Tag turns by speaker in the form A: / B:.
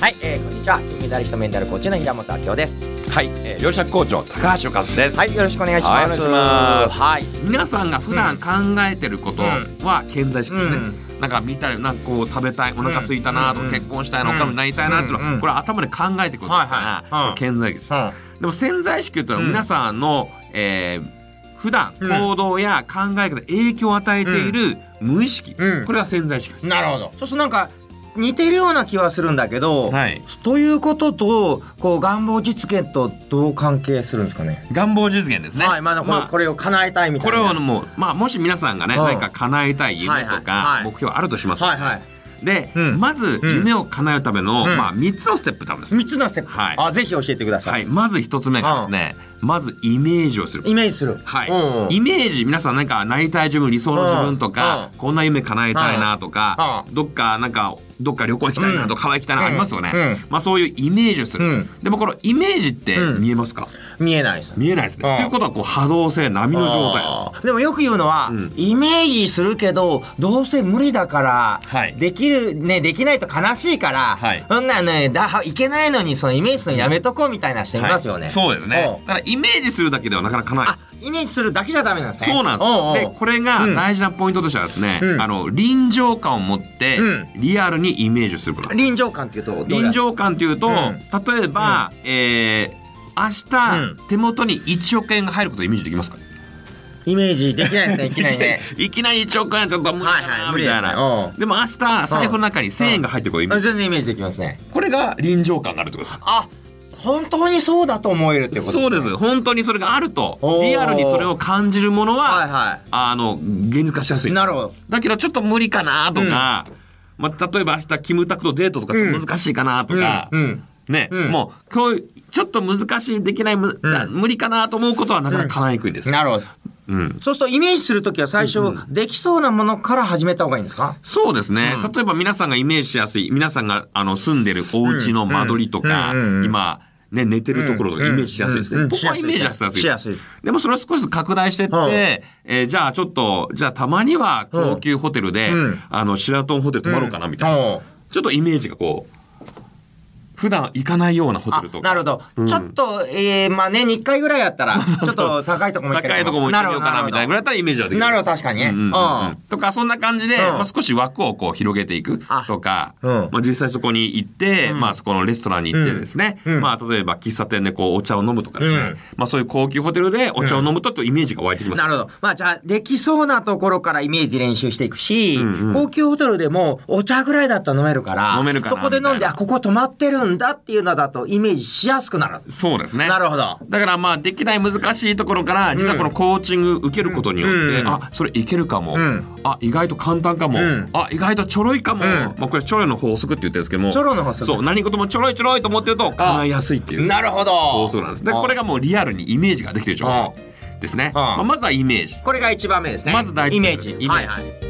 A: はい、えー、こんにちは金メダリストメンタルコーチの平本明夫です
B: はい、えー、両者校長高橋和です、
A: はいよろしくお願いします
B: はいお願いします
A: はい
B: 皆さんが普段考えてることは健在意識ですね、
A: う
B: なんか見たりなんかこう食べたいお腹空いたなとか、
A: うん
B: 結婚したいなお金になりたいなっていうのは、
A: うん
B: これは頭で考えてくることですから、
A: はいはいうん
B: 健在意識です、
A: うん
B: でも潜在意識というのは皆さんの、えー普段
A: うん
B: 行動や考え方に影響を与えている無意識、
A: うん
B: これは潜在意識です、
A: なるほどそうするとなんか似てるような気はするんだけど、
B: はい
A: ということとこう願望実現とどう関係するんですかね
B: 願望実現ですね、
A: はいまだこ,、
B: まあ
A: これを叶えたいみた
B: こ
A: い
B: れ
A: な
B: をもう、まあ、もし皆さんがね、
A: うん
B: 何か叶えたい夢と
A: はいは
B: か
A: いはい
B: 目標あるとしますよね、
A: はいはい
B: で、
A: うん
B: まず
A: うん
B: 夢を叶えるための、
A: うん
B: まあ、3つのステップ多分です、
A: 三つのステップ、
B: はい
A: あぜひ教えてください、
B: はい、まず1つ目がですね、まずイメージをする
A: イメージする
B: はい、
A: うん
B: イメージ皆さんなんかなりたい自分理想の自分とか、
A: うん
B: こんな夢叶えたいなとか、
A: う
B: どっかなんかどっか旅行行きたいなとか、川行きたいなありますよね、
A: うんうん
B: まあ、そういうイメージをする、
A: うん
B: でもこのイメージって
A: うん
B: 見えますか、
A: 見えないです
B: 見えないですね、
A: うん
B: ということはこう波動性波の状態です
A: あーでもよく言うのは、
B: うん
A: イメージするけどどうせ無理だから、
B: はい
A: できるねできないと悲しいから、
B: はい
A: そんなねだいけないのにそのイメージするのやめとこうみたいな人いますよね、
B: はいそうですね
A: うん
B: だからイメージするだけではなかなか叶わないです
A: あイメージするだけじゃダメなんですね
B: そうなんです。
A: おうおう
B: で、これが
A: うん
B: 大事なポイントとしてはですね、
A: うん
B: あの臨場感を持って
A: うん
B: リアルにイメージをすること。
A: 臨場感っていうとどうや
B: 臨場感というと、
A: うん
B: 例えば、えー明日、
A: う
B: 手元に1億円が入ることをイメージできますか、
A: イメージできないですねいきなり ね
B: いきなり1億円はちょっと無理だ
A: はいは
B: ない
A: 無
B: み
A: 理です
B: た
A: ね
B: いな
A: う。ん
B: でも明日、財布の中に1000円が入ってることをイメー
A: あ
B: ジ。
A: 全然イメージできますね
B: これが臨場感があるってことです。
A: あ本当にそうだと思えるってこと
B: そうです。本当にそれがあると
A: お、ー
B: リアルにそれを感じるものは、
A: はいは
B: あの、現実化しやす
A: い
B: い。
A: なるほど
B: だけどちょっと無理かなとか、まあ、例えば明日キムタクとデートとかちょっと難しいかなとか、
A: うんうん
B: ね、
A: うん
B: もう今日ちょっと難しいできない、む
A: うん
B: あ無理かなと思うことはなかなか叶いにくいんです、
A: なるほど
B: うん
A: そうするとイメージするときは最初できそうなものから始めた方がいいんですか、
B: そうですね、
A: うん
B: 例えば皆さんがイメージしやすい皆さんがあの住んでるお家の間取りとか、
A: うんうんうんうん
B: 今ね寝てるところとかイメージしやすいですね、
A: うんうん
B: 僕はイメージはしやすい
A: しやすいです
B: でもそれを少し拡大してって、
A: うん
B: えーじゃあちょっとじゃあたまには高級ホテルで、
A: うん
B: あのシェラトンホテル泊まろうかなみたいな、
A: おう
B: ちょっとイメージがこう普段行かないようなホテ
A: あ
B: ルとか
A: なるほど、
B: うん
A: ちょっと、えー、まあ年に1回ぐらいやったらちょっと高いとこも行って
B: 高いとこも行ってみようかなみたいなぐらいだったらイメージはできる
A: なるほど確かにね
B: うんうんうんとかそんな感じで、
A: うん
B: まあ、少し枠をこう広げていく
A: あ
B: とか
A: うん
B: まあ、実際そこに行って、
A: うん
B: まあ、そこのレストランに行ってですね、
A: うんうん
B: まあ、例えば喫茶店でこうお茶を飲むとかですね、
A: うん
B: まあ、そういう高級ホテルでお茶を飲むとちょっとイメージが湧いてきます、
A: なるほど。まあじゃあ、できそうなところからイメージ練習していくし、
B: うんうん
A: 高級ホテルでもお茶ぐらいだったら飲めるから、
B: 飲めるかな
A: そこで飲ん
B: み
A: で、
B: たいな
A: あ、ここ泊まってるんだっていうのだとイメージしやすくなる。
B: そうですね
A: なるほど。
B: だからまあできない難しいところから実はこのコーチング受けることによって、
A: うん
B: あそれいけるかも、
A: うん
B: あ意外と簡単かも、
A: うん
B: あ意外とちょろいかも、
A: うん
B: まあ、これちょろいの法則って言ってるんですけども
A: チョロの法則
B: そう何事もちょろいちょろいと思ってると叶いやすいっていう
A: なるほど。
B: 法則なんですでこれがもうリアルにイメージができてる状態ですね、
A: あ
B: まあ、まずはイメージ
A: これが一番目ですね。
B: まず第一
A: イメージ。
B: イメージ
A: はいはい。